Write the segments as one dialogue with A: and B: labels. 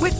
A: With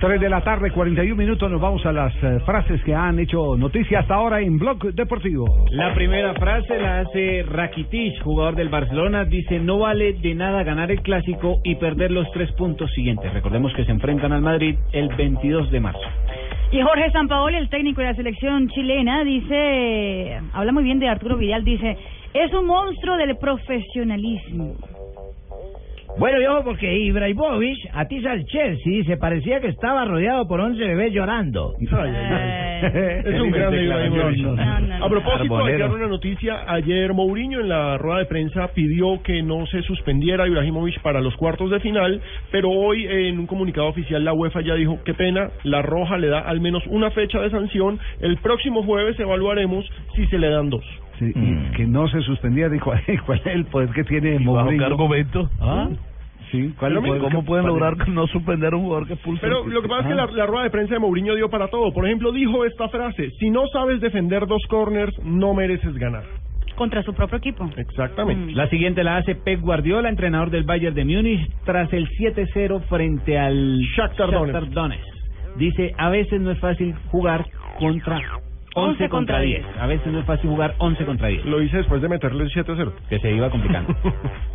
B: 3 de la tarde, 41 minutos, nos vamos a las eh, frases que han hecho noticia hasta ahora en Blog Deportivo.
C: La primera frase la hace Rakitic, jugador del Barcelona, dice no vale de nada ganar el clásico y perder los tres puntos siguientes. Recordemos que se enfrentan al Madrid el 22 de marzo.
D: Y Jorge Sampaoli, el técnico de la selección chilena, dice, habla muy bien de Arturo Vidal, dice, es un monstruo del profesionalismo.
E: Bueno, y ojo, porque Ibrahimovic atiza al Chelsea se parecía que estaba rodeado por 11 bebés llorando.
D: Eh,
F: Es un grande Ibrahimovic.
D: No, no, no.
F: A propósito, hay que
E: Arbolero.
F: dar una noticia. Ayer Mourinho en la rueda de prensa pidió que no se suspendiera Ibrahimovic para los cuartos de final, pero hoy eh, en un comunicado oficial la UEFA ya dijo, qué pena, la roja le da al menos una fecha de sanción. El próximo jueves evaluaremos si se le dan dos.
B: Sí, y
C: Mm.
B: que no se suspendía, dijo, ¿cuál es el poder que tiene Mourinho?
G: argumento?
B: ¿Ah? Sí, ¿cuál es el poder
G: ¿Cómo
B: que- Ah.
G: pueden
B: cuál es?
G: lograr no suspender a un jugador que expulsa?
F: Pero lo que pasa es que la, la rueda de prensa de Mourinho dio para todo. Por ejemplo, dijo esta frase, si no sabes defender dos corners, no mereces ganar.
D: Contra su propio equipo.
F: Exactamente.
C: La siguiente la hace Pep Guardiola, entrenador del Bayern de Múnich, tras el 7-0 frente al
F: Shakhtar Donetsk.
C: Donetsk. Dice, a veces no es fácil jugar contra 11 contra 10. A veces no es fácil jugar 11 contra 10.
F: Lo hice después de meterle el 7-0.
C: Que se iba complicando.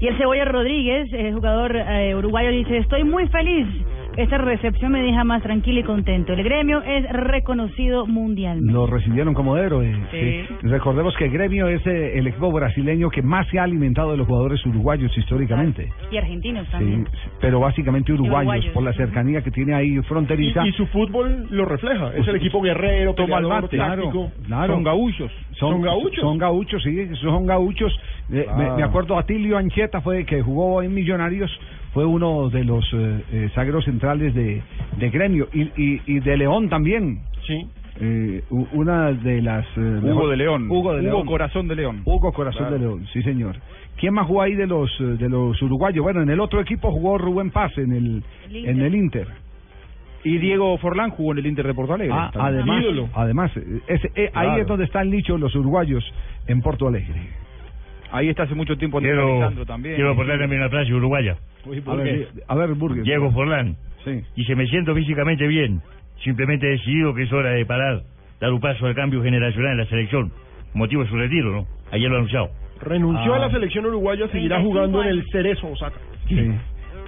D: Y el Cebolla Rodríguez, eh, jugador eh, uruguayo, dice, estoy muy feliz. Esta recepción me deja más tranquilo y contento. El gremio es reconocido mundialmente.
B: Lo recibieron como héroe.
D: Sí.
B: sí. Recordemos que Gremio es eh, el equipo brasileño que más se ha alimentado de los jugadores uruguayos históricamente.
D: Y argentinos
B: Sí,
D: también.
B: sí, pero básicamente uruguayos,
D: Uruguayos.
B: por la cercanía que tiene ahí
F: Y,
B: fronteriza.
F: y su fútbol lo refleja. Es el equipo guerrero,
B: Toma el
F: peleador,
B: mate.
F: táctico.
B: Claro, claro.
F: Son gaullos. Son, gauchos.
B: Son gauchos, sí, son gauchos. Eh, me, me acuerdo, Atilio Ancheta fue que jugó en Millonarios, fue uno de los eh, eh, zagueros centrales de, de Gremio y, y, y de León también.
F: Sí.
B: Eh, u- una de las. eh, mejor- Hugo de León.
G: Corazón de León.
B: Hugo Corazón de León, sí señor. ¿Quién más jugó ahí de los eh, de los uruguayos? Bueno, en el otro equipo jugó Rubén Paz en el,
D: El Inter.
B: en el Inter.
G: Y Diego Forlán jugó en el Inter de Porto Alegre.
B: Ah, además,
F: Ídolo.
B: además eh, ese- eh, ahí
G: Claro.
B: es donde están dichos los uruguayos en Porto Alegre.
G: Ahí está hace mucho tiempo Andrés
H: Quiero,
G: Alejandro también.
H: quiero poner también una frase uruguaya.
G: Uy,
B: A
G: ¿por qué?
B: ver, a ver, Burgues.
H: Diego Forlán.
B: Sí.
H: Dice, me siento físicamente bien. Simplemente he decidido que es hora de parar, dar un paso al cambio generacional en la selección. Motivo de su retiro, ¿no? Ayer lo ha anunciado.
F: Renunció a
B: Ah.
F: la selección uruguaya, seguirá
D: 35
F: jugando en el
D: años.
F: Cerezo Osaka.
B: Sí.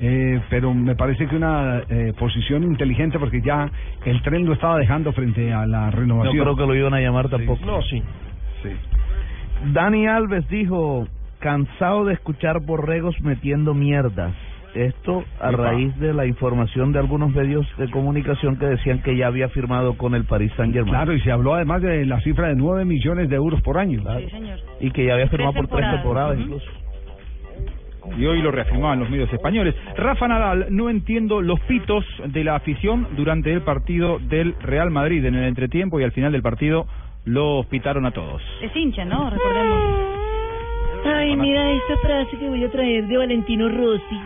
B: Eh, pero me parece que una eh, posición inteligente porque ya el tren lo estaba dejando frente a la
G: No
B: renovación.
G: creo que lo iban a llamar tampoco.
F: No, sí.
G: Dani Alves dijo, cansado de escuchar borregos metiendo mierdas. Esto a
B: Epa.
G: raíz de la información de algunos medios de comunicación que decían que ya había firmado con el Paris Saint Germain.
B: Claro, y se habló además de la cifra de 9 millones de euros por año.
D: Sí, señor.
G: Y que ya había firmado
D: Tres
G: por tres
D: temporadas.
G: temporadas incluso. Y hoy lo reafirmaban los medios españoles. Rafa Nadal, no entiendo los pitos de la afición durante el partido del Real Madrid. En el entretiempo y al final del partido los pitaron a todos.
D: Es hincha, ¿no? Recordemos.
I: Ay, mira esta frase que voy a traer de Valentino Rossi.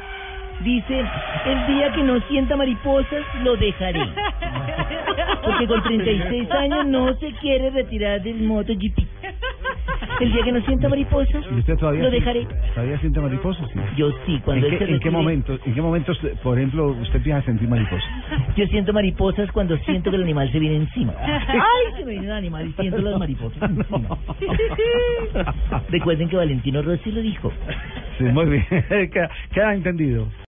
I: Dice, el día que no sienta mariposas, lo dejaré. Porque con 36 años no se quiere retirar del MotoGP. El día que no sienta mariposas,
B: ¿Y usted todavía
I: lo
B: sí-
I: dejaré.
B: todavía siente mariposas? Sí.
I: Yo sí, cuando
B: ¿En,
I: él
B: qué,
I: se
B: en qué
I: retire-
B: momentos, ¿En qué momentos, por ejemplo, usted empieza a sentir mariposas?
I: Yo siento mariposas cuando siento que el animal se viene encima. ¡Ay! Se me viene el animal y siento las mariposas encima. Recuerden que Valentino Rossi lo dijo.
B: Sí, muy bien. Queda- queda entendido.